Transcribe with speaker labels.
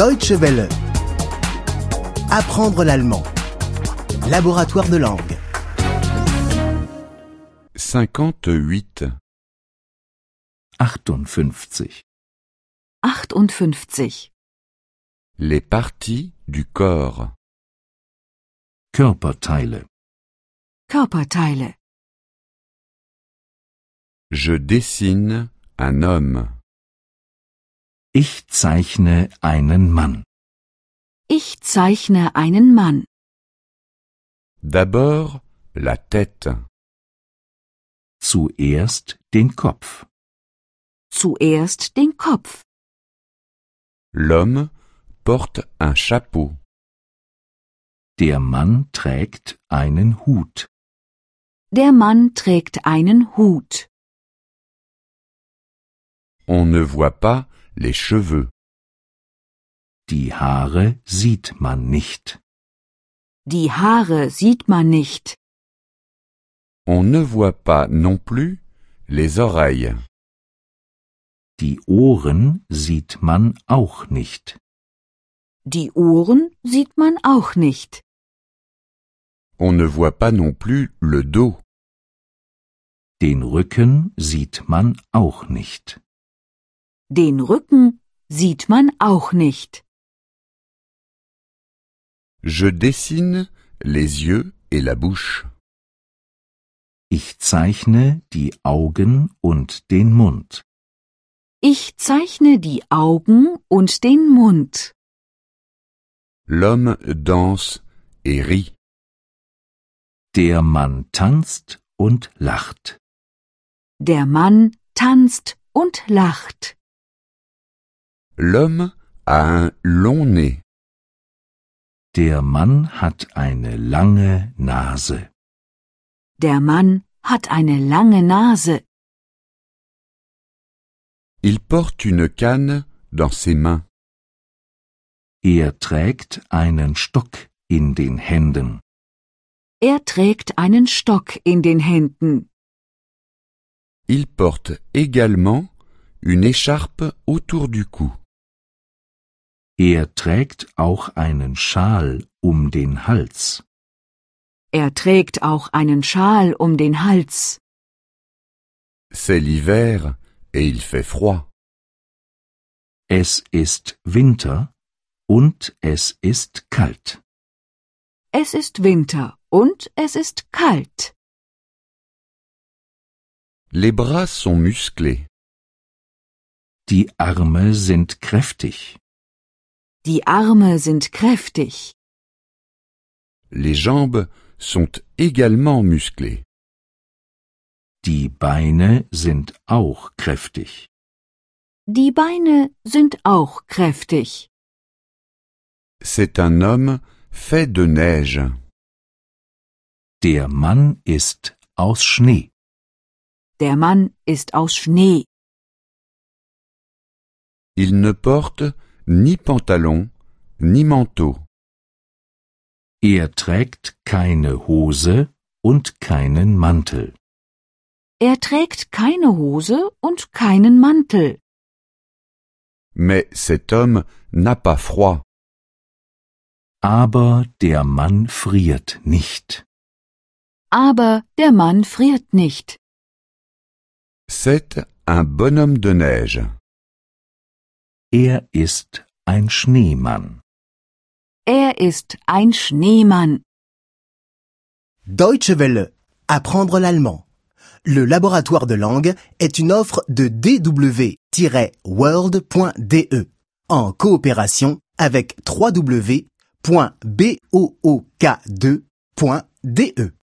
Speaker 1: Deutsche Welle. Apprendre l'allemand. Laboratoire de langue.
Speaker 2: 58.
Speaker 3: 58.
Speaker 4: 58.
Speaker 2: Les parties du corps.
Speaker 3: Körperteile.
Speaker 4: Körperteile.
Speaker 2: Je dessine un homme.
Speaker 3: Ich zeichne einen Mann.
Speaker 4: Ich zeichne einen Mann.
Speaker 2: D'abord la tête,
Speaker 3: Zuerst den Kopf.
Speaker 4: Zuerst den Kopf.
Speaker 2: l'homme porte un chapeau,
Speaker 3: Der Mann trägt einen Hut.
Speaker 4: Der Mann trägt einen Hut.
Speaker 2: on ne voit pas les cheveux.
Speaker 3: Die Haare sieht man nicht.
Speaker 4: Die Haare sieht man nicht.
Speaker 2: On ne voit pas non plus les oreilles.
Speaker 3: Die Ohren sieht man auch nicht.
Speaker 4: Die Ohren sieht man auch nicht.
Speaker 2: On ne voit pas non plus le dos.
Speaker 3: Den Rücken sieht man auch nicht.
Speaker 4: Den Rücken sieht man auch nicht.
Speaker 2: Je dessine les yeux et la bouche.
Speaker 3: Ich zeichne die Augen und den Mund.
Speaker 4: Ich zeichne die Augen und den Mund.
Speaker 2: L'homme danse et rit.
Speaker 3: Der Mann tanzt und lacht.
Speaker 4: Der Mann tanzt und lacht.
Speaker 2: L'homme a un long nez.
Speaker 3: Der Mann hat eine lange Nase.
Speaker 4: Der Mann hat eine lange Nase.
Speaker 2: Il porte une canne dans ses mains.
Speaker 3: Er trägt einen Stock in den Händen.
Speaker 4: Er trägt einen Stock in den Händen.
Speaker 2: Il porte également une écharpe autour du cou.
Speaker 3: Er trägt auch einen Schal um den Hals.
Speaker 4: Er trägt auch einen Schal um den Hals.
Speaker 2: C'est l'hiver et il fait froid.
Speaker 3: Es ist Winter und es ist kalt.
Speaker 4: Es ist Winter und es ist kalt.
Speaker 2: Les bras sont musclés.
Speaker 3: Die Arme sind kräftig.
Speaker 4: Die Arme sind kräftig.
Speaker 2: Les jambes sont également musclées.
Speaker 3: Die Beine sind auch kräftig.
Speaker 4: Die Beine sind auch kräftig.
Speaker 2: C'est un homme fait de neige.
Speaker 3: Der Mann ist aus Schnee.
Speaker 4: Der Mann ist aus Schnee.
Speaker 2: Il ne porte ni pantalon ni manteau.
Speaker 3: Er trägt keine Hose und keinen Mantel.
Speaker 4: Er trägt keine Hose und keinen Mantel.
Speaker 2: Mais cet homme n'a pas froid.
Speaker 3: Aber der Mann friert nicht.
Speaker 4: Aber der Mann friert nicht.
Speaker 2: C'est un bonhomme de neige.
Speaker 3: Er ist ein Schneemann.
Speaker 4: Er ist ein Schneemann.
Speaker 1: Deutsche Welle. Apprendre l'allemand. Le laboratoire de langue est une offre de dw-world.de E en coopération avec www.book2.de.